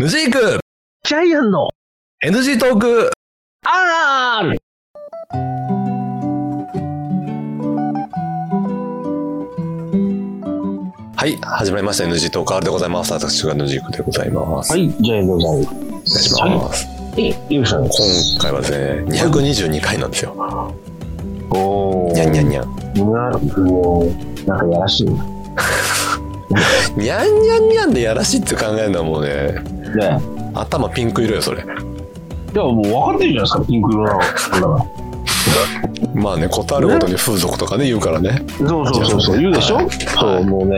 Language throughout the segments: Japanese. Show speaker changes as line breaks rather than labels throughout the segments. ヌジーク
ジャイアンの
NG トーク
R!
はい、始まりました NG トーク R でございます。私がヌジークでございます。
はい、ジャイアンでござい
お願いします。
ます。え、ゆうさんです。
今回はですね、222回なんですよ。
お
にゃんにゃん
に
にゃん。
ゃん。もう、なんかやらしいな。
にゃんにゃんにゃんでやらしいって考えるのはもうね、
ね
頭ピンク色よ、それ。
え。でももう分かってるじゃないですか、ピンク色なの。だから
まあね、ことあるごとに風俗とかね、言うからね。
そうそうそうそう、言うでしょ、
はい
そう、もうね、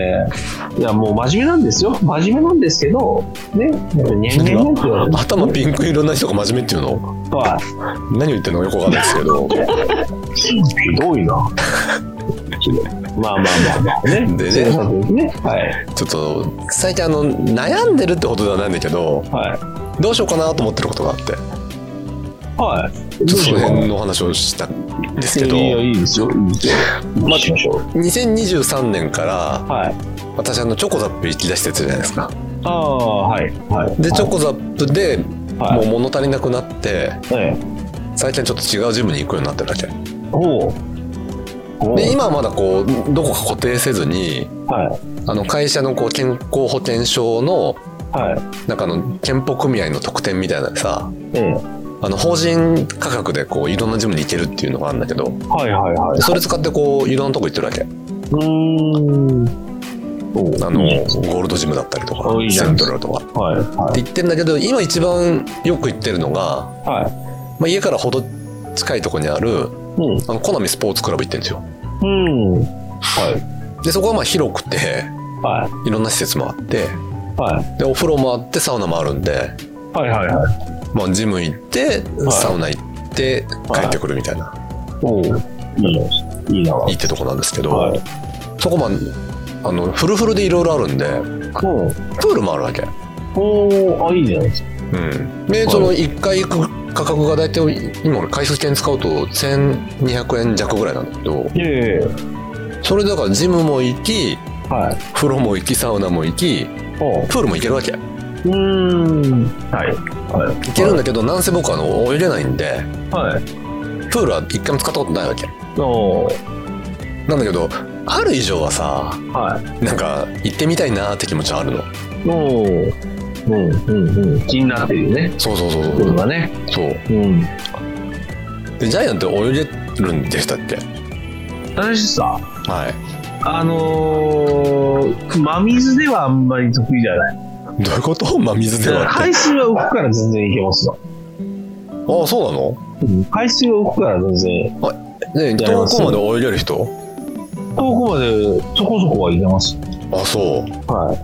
いや、もう真面目なんですよ。真面目なんですけど、ね、やっぱにゃんにゃんにゃんって言われて
頭ピンク色な人が真面目っていうの
は
何を言ってるのかよくわかんないですけど。
ひど いな。まあまあまあまあね。
でね
そうそうそうね。はい。
ちょっと、最近あの、悩んでるってほどではないんだけど、
はい。
どうしようかなと思ってることがあって、ちょ
はい。
っとその
どうしようかな
辺のお話をしたんですけど、
いやいいですよ。いいですよ。
まあ
しましょう。
2023年から、
はい。
私あのチョコザップ行き出してたじゃないですか
ああ、はい。はい。
でチョコザップで
はい
もう物足りなくなって
え
最近ちょっと違うジムに行くようになってるだけ
え。ほう。ほう
で今はまだこうどこか固定せずに
はい。
あの会社のこう健康保険証の
はい。
なんかあの健保組合の特典みたいなのでさ
ええ。
あの法人価格でこういろんなジムに行けるっていうのがあるんだけど
はいはいはい。
それ使ってこういろんなとこ行ってるわけ
うーん。おう
あのゴールドジムだったりとか
あいいじゃん
セントラルとか
はい。は
って行ってんだけど今一番よく行ってるのが
い。は
まあ、家からほど近いところにある
い。うん。
あのコナミスポーツクラブ行ってるんですよ
うん。はい。
でそこはまあ広くて
はい
ろんな施設もあって
い。はい。
でお風呂もあってサウナもあるんで、
はいはいはい。
まあ、ジム行って
い
サウナ行って帰ってくるみたいな、
おう。いいな。いいな。
い、いってとこなんですけど、
はい。
そこもあのフルフルでいろいろあるんで
おう。
プールもあるわけ、
おう。あ、いいじゃないですか。
うん、で
はい
その1回行く価格が大体今俺回数券使うと1200円弱ぐらいなんだけど
いえいえ。
それだからジムも行き
はい。
風呂も行きサウナも行き
おう。
プールも行けるわけ
うーん。はい。はい。
いけるんだけど、なんせ僕はあの泳げないんで
はい。
プールは一回も使ったことないわけ
おう。
なんだけどある以上はさ
はい。
なんか行ってみたいなって気持ちはあるの
おーうんうんうん気になってるよね
そうそうそう
こ
そ
れ
う
はね
そう
うん
でジャイアンって泳げるんでしたっけ
私さ
はい
あのー、真水ではあんまり得意じゃない
どういうこと真水で
だ
は
から
って
海水は浮くから全然いけますよ、
ああそうなの
うん、海水は浮くから全然
ね
や
遠くまで泳げる人
遠くまでそこそこはいけます
あそう
はい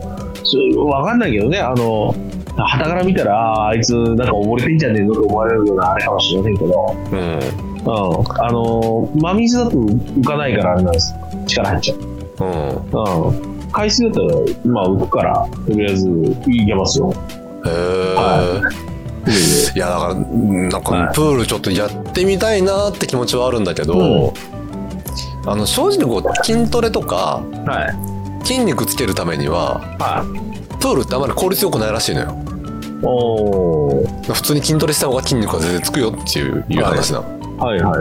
それわかんないけどねあのはから見たらあーあいつなんか溺れてんじゃねえのって思われるようなあれかもしれませんけど、
うん
うん、あのー真水だと浮かないからあれなんです力入っちゃう
うん
うん。回数だったら、まあ、浮くから、とりあえず、いけますよ。
へえ、、
はい
やだからなん
は
か
い
プールちょっとやってみたいなって気持ちはあるんだけど、あの正直こう筋トレとか
はい。
筋肉つけるためには
はい。
プールってあまり効率よくないらしいのよ
おー。
普通に筋トレした方が筋肉が全然つくよっていういう話なの、だか
はいはい。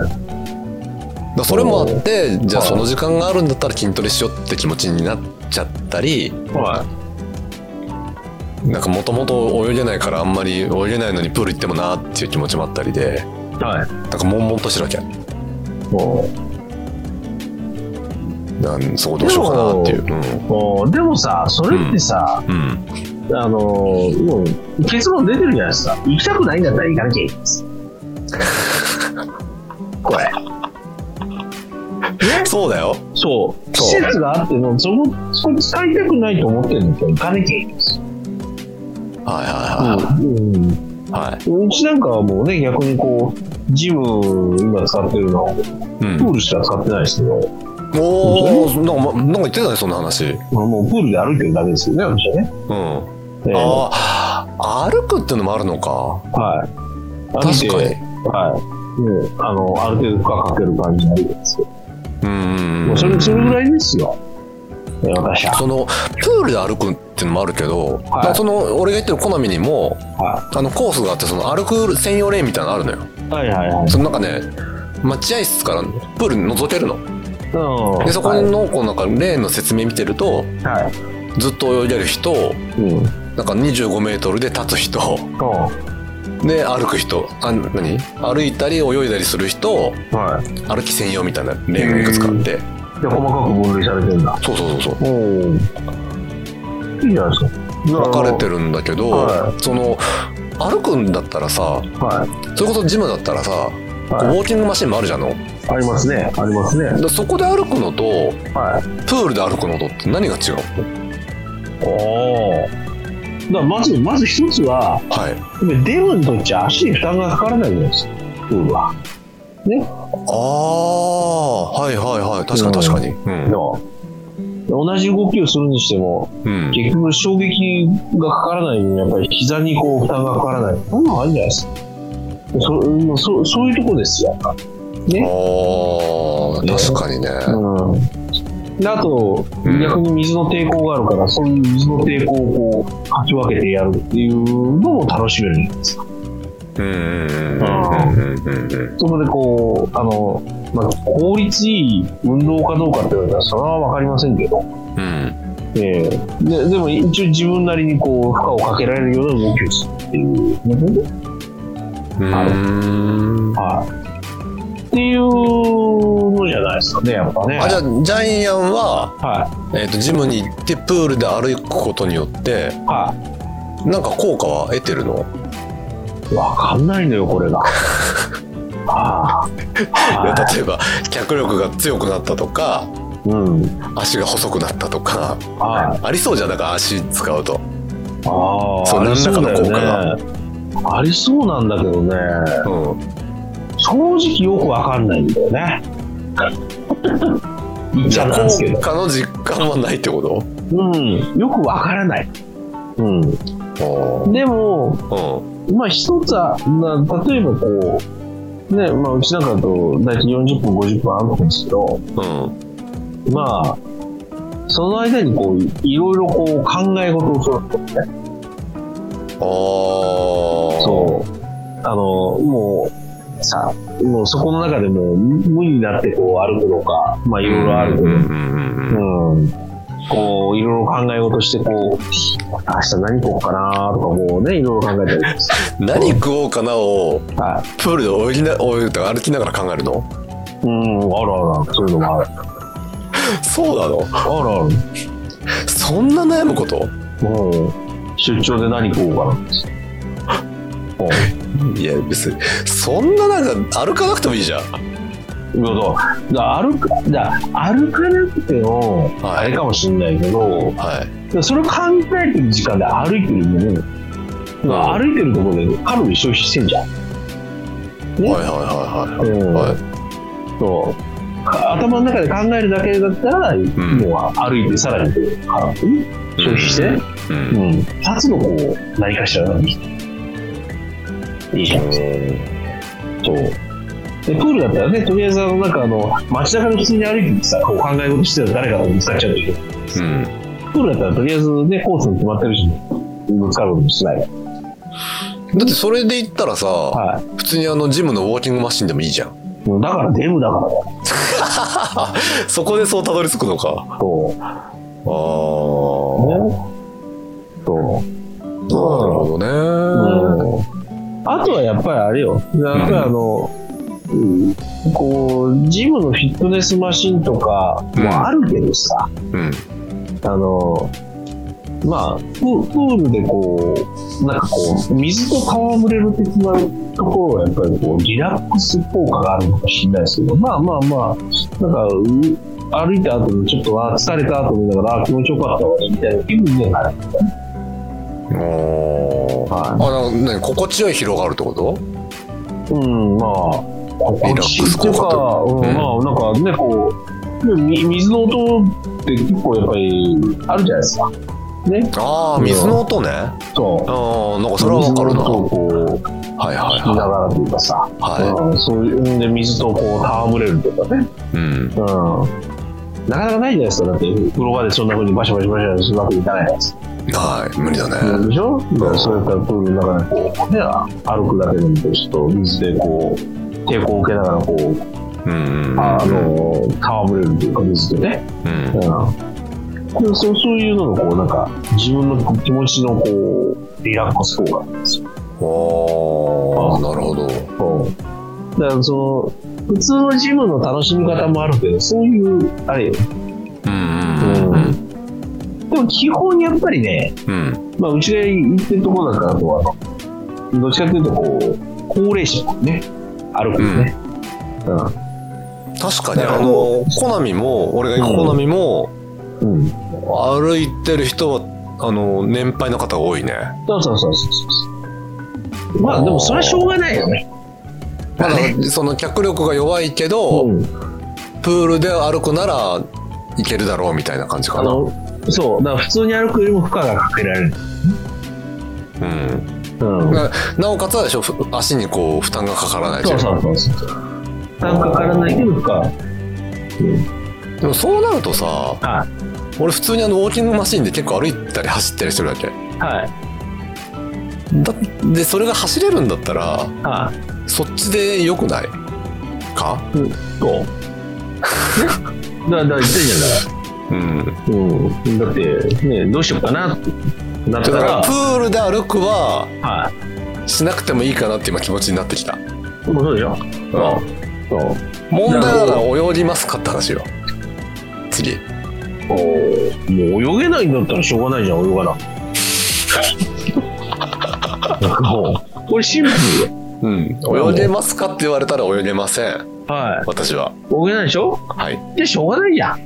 らそれもあってじゃあ
はい
その時間があるんだったら筋トレしようって気持ちになっちゃったり
は
なんかもともと泳げないからあんまり泳げないのにプール行ってもなーっていう気持ちもあったりで
い。はい。
なんか悶々としてるわけ
おー
なんそこどうしようかなっていう
おーでもさ、それってさ、
うん、うん、
あのーもう、結論出てるじゃないですか。行きたくないんだったら行かなきゃいけないです。これ。
そうだよ
そう。
そう
施設があっても、そこ、そこ使いたくないと思ってるんだったら行かなきゃいけないです。
はいはいは
うん。うん
いはいう
ちなんかはもうね、逆にこう、ジム、今使ってるのは、プ
うん
ールしか使ってないですけど、
おーなんかまなんか言ってたねそんな話うん
まあもうプールで歩いてるだけですよね、私はね。ええ
ああ歩くっていうのもあるのか
はい。歩い
確
て
かに
はい。もう、あの、ある程度負荷かける感じになるんですよ。
うんうん
も
う
うんそれ、それぐらいですよ。え私は。
そのプールで歩くっていうのもあるけど、
はい
まあその俺が言ってるコナミにも
は
あのコースがあってその歩く専用レーンみたいなのあるのよ
いはいはいはい。
そのなんかね待合室からプール覗けるの
うん。
でそこ
はい。
のこうなんかレーンの説明見てると
は
ずっと泳いでる人
い。うん。うん。
なんか25メートルで立つ人 で歩く人あ何歩いたり泳いだりする人
は
歩き専用みたいなレーンがいくつかあって
い。で、細かく分類されてんだ。
そうそうそうそう
おお。いいじゃないですか。
分かれて
る。
るんだけど、
は
その歩くんだったらさ
は
それこそジムだったらさ、
い。
こう
はい。
ウォーキングマシンもあるじゃんの
ありますね。ありますね。
でそこで歩くのと
はい。
プールで歩くのとって何が違う
おお。だからまず、まず一つは、
はい
デブにとっちゃ足に負担がかからないじゃないですか。うん。は。
ああはいはいはい確かに確かにうん、
の同じ動きをするにしても、
うん、
結局衝撃がかからない分、やっぱり膝にこう負担がかからない。そういうのがあるんじゃないですか。そもうそそういうとこですよ、やっぱ。ね。
ああ確かにね、
うん。であと、
うん
逆に水の抵抗があるから、そういう水の抵抗をこう、かき分けてやるっていうのも楽しめるんですか。
うんうんうんうんうんうんうん
そこでこう、あの、まあ、効率いい運動かどうかって言われたら、それはわかりませんけど、
うん
ええででも一応自分なりにこう負荷をかけられるような動きをするっていう、
うん
ある
うん
はい、っていうのじゃないですかねやっぱね
あじゃあジャイアンは、
は
えー、とジムに行ってプールで歩くことによって
いは
なんか効果は得てるの
いわかんないのよこれがああ
いや
は
例えば脚力が強くなったとか
いうん
足が細くなったとか
はい
ありそうじゃんなんか足使うと
ああ
そう
あり
何らかの
だよね
効果が
ありそうなんだけどね
うん
正直よくわかんないんだよね 言
じ
っちゃ
ゃ
なん
あ
ですけ
効
ど
果の実感はないってこ
うんよくわからないうん
と
でも
うん
まあ一つは、な例えばこう、ね、まあうちなんかだと大体40分、50分あるんですけど、
うん
まあ、その間にこう、いろいろこう考え事をするんですね。
ああ
そう。あの、もう、さ、もうそこの中でもう無理になってこう歩くのか、まあいろいろあるけど、
うんう
うん
うんうん
こう、いろいろ考え事してこう、明日何行こうかなとかこうね、いろいろ考えたりします。
何食おうかなを
はい。
プールで泳ぎな泳いで歩きながら考えるの
うん、あるある、そういうのもある。
そうなの
あるある。
そんな悩むこと
もう出張で何食おうかな。
いや別にそんななんか歩かなくてもいいじゃん
うん、いやだから歩くだから歩かなくても
はい
あれかもしれないけど、
はい
それを考えてる時間で歩いてるのに、まあ歩いてるところでカロリー消費してんじゃん。
はい
ね
はいは
うん
いはいはい
そうか頭の中で考えるだけだったら、もう歩いてさらにカロリー消費して、
うん
うん、2つのこう何かしらのいいじゃん。そう。で、プールだったらね、とりあえずあの、なんかあの、街中で普通に歩いててさ、こう考え事してたら誰かとぶつかっちゃうけど、
うん
プールだったらとりあえずね、コースに決まってるし、ぶつかることもしない。
だってそれで言ったらさ、
は
普通にあのジムのウォーキングマシンでもいいじゃん
い。もうだからデブだからだよ。
そこでそうたどり着くのか
そう。
ああ、
ね。そう。
なるほどね、
うん。あとはやっぱりあれよ。やっぱりあの、うんこう、ジムのフィットネスマシンとかもあるけどさ、
うん
あの、まあ、ププールでこう、なんかこう、水と戯れる的なところはやっぱりこう、リラックス効果があるのかもしれないですけど、まあまあまあ、なんか、う歩いた後にちょっと、あ疲れたと思いながら、あ気持ちよかったわ、みたいな気分にはなる。
おーあ
は
なんかね心地よい疲労があるってこと
い。うん、まあ、
リ
心
ラ
地
ッ
い
ク
い
ス
ってい
効
う
果
か、うん、
うん
まあ、なんかね、こう、ねみ水の音って結構やっぱりあるじゃないですか。ね、
ああ水の音ねあ
そ
あ
う。
なんかそれはわかる
水
な
の音を
は
こう、
いはい
聞きな
は
がらというかさ、
いは
うん、そういうんで水とこう戯れるとかね、
いうん
うん、なかなかないじゃないですか。だって、風呂場でそんな風にバシャバシャバシャするわけにいかないです。
はい無理だ
う
ね
でしょだからそうやったらプールの中でこう、ね、歩くだけでも、ちょっと水でこう、抵抗を受けながら、こう、
うんうん
あの、戯れるというか、水でね。
うん
うん、でそうそういうののこうなんか自分の気持ちのこうリラックス効果なんですよ。
おーなるほど
うん、だからその普通のジムの楽しみ方もあるけどそういうあれよ
うんうん
でも基本やっぱりね、
うん
まあ、うちが行ってるところだからとはどっちかっていうとこう高齢者もね歩くよね。う
確かに
だ
あ
から
のコナミも俺が行くコナミも
んうん、
歩いてる人はあの年配の方が多いね
そうそうそうそうそうまあでもそれはしょうがないよね。
まあだか
ね
らその脚力が弱いけど、
うん
プールで歩くならいけるだろうみたいな感じか
あ
な。
のそうだから普通に歩くよりも負荷がかけられる、
うん、
うん、
ななおかつあれでしょふ足にこう負担がかからないじ
そ
ゃ
うんそうそうそう。負担かからないけど負荷。
でもそうなるとさ
は
俺普通にあのウォーキングマシンで結構歩いたり走ったりしてるわけ
い。はい。
だでそれが走れるんだったら
はい。
そっちでよくないか
そう。だだ言ってんじ
うん
ゃんだから。うん。だって、ね、どうしようかなってな
だ
った、
かららプ
は。
ールで歩くはいしなくてもいいかなって今気持ちになってきた、うん、
もうそうでしょ。そう。
問題なら泳ぎますかって話よ次
おーもう泳げないんだったらしょうがないじゃん、泳がな。もう、これシンプルよ。
うん泳げますかって言われたら泳げません
はい。
私は
泳げないでしょ
はい
で、しょうがないじゃん。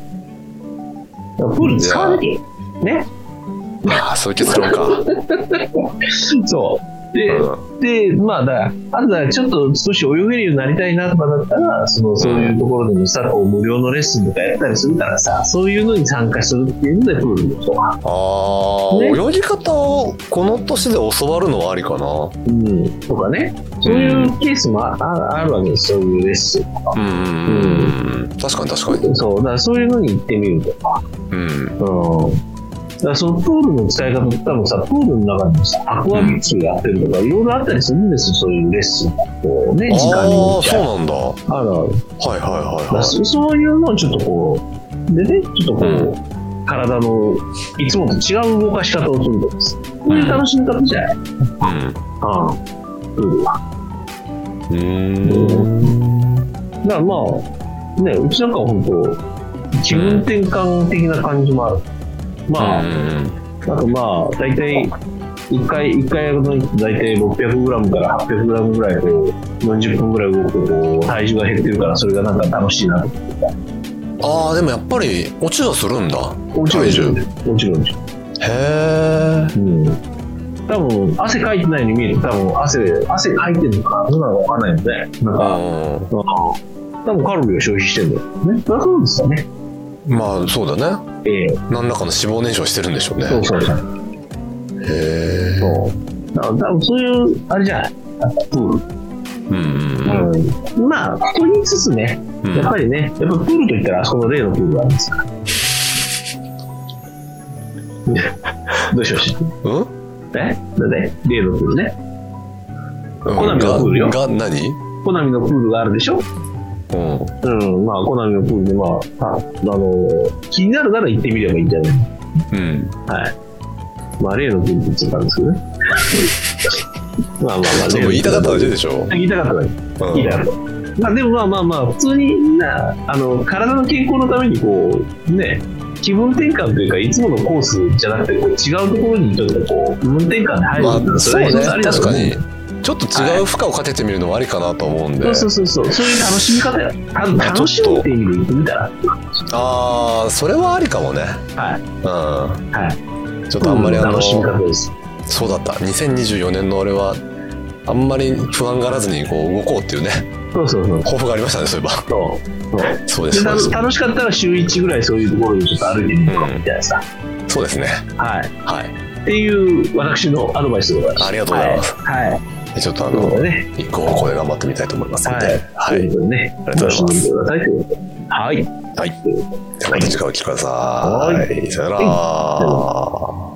だからプール使わなきゃ。ね。
ああそういう結論か、う
そう。で、
ん、
で、まあだから、あとはちょっと少し泳げるようになりたいなとかだったら、そのそういうところでもさ、こう無料のレッスンとかやったりするからさ、そういうのに参加するっていうので、プールの人は。
ああ、
ね
泳ぎ方をこの年で教わるのはありかな
うん。とかね、そういうケースもあああるわけです、そういうレッスンとか。
うんうんうんうん確かに確かに
そう、だからそういうのに行ってみるとか。
うん
うん。だからそのプールの使い方って多分さ、プールの中でもさ、アクアビッチやってるとか、いろいろあったりするんですよ、そういうレッスンがこうね、
ああ
時間によっ
ー
て。
そうなんだは
あるある。
いはいはい
まあ
は
そそういうのをちょっとこう、でね、ちょっとこう、
う
体のいつもと違う動かし方をするとかさ、こういう楽しみ方じゃない、うん、
い
プールは。
うんう
だからまあ、ね、うちなんかは本当、気分転換的な感じもある。まあ、
ーん
あとまあ、大体、一回、一回やると大体 600g から 800g ぐらいこう、40分ぐらい動くとこう、体重が減ってるから、それがなんか楽しいなと。
ああでもやっぱり落ちはするんだ
もちろん、
体重
もちろん。
へえ
うん、多分汗かいてないように見えて多分汗で汗かいてるのかどうなのかわかんないのでなん
う
か、
ん
うん、多分カロリーを消費してるんだよねそりゃそうですよね
まあそうだね
ええ
何らかの脂肪燃焼してるんでしょうね
そうそうそう
へえ
そうだから多分そういうあれじゃないプー
うんうん
ル、うんまあと言いつつね
うん
やっぱりねやっぱプールといったらあそこの例のプールがあるんですからどうしようし
うん
えだね例のプールね
コ
ナミのプールよ
がが何
コナミのプールがあるでしょ
うん
うん、まあ、コナミのプールで、まあ、ああの、気になるなら行ってみればいいんじゃない
うん
はい。まあ、例のプールって言っちゃったんですけどね。 まあまあまあ、
そう言いたかっただけでしょ、
言いたかっただけ
うん
言いたかった。まあ、でもまあまあまあ、普通にみんな、あの、体の健康のために、こう、ね、気分転換というか、いつものコースじゃなくて、こう違うところにちょっとこう、気分転換で入る
ま
っていうのは
あ、そうね
一つありだと
確
思
かにちょっと違う負荷をかけてみるのはありかなと思うんで、
そうそうそうそう、そういう楽しみ方や。あの
まあちょっと
楽しむっていう意味で言ってみたら。
ああそれはありかもね
はい。
うん、ちょっとあ
あ
んまりあの、
楽しみ方です。
そうだった2024年の俺はあんまり不安がらずにこう動こうっていうね
そうそうそう。
抱負がありましたねそういえば
そうそう
そうですそ
で
う
た
です
楽しかったら週1ぐらいそういうところにちょっと歩いてみようかみたいなさ、
そうですね
はい、
はい
っていう私のアドバイスでございます。
ありがとうございます
はい、はい、
ちょっとあ
ということ
の
でね、
一個これ頑張ってみたいと思いますので、
はい
はい
ということでね、
ありがとうございます
楽しんでみてくださいということではい、
はい。また近く来てください。さよなら。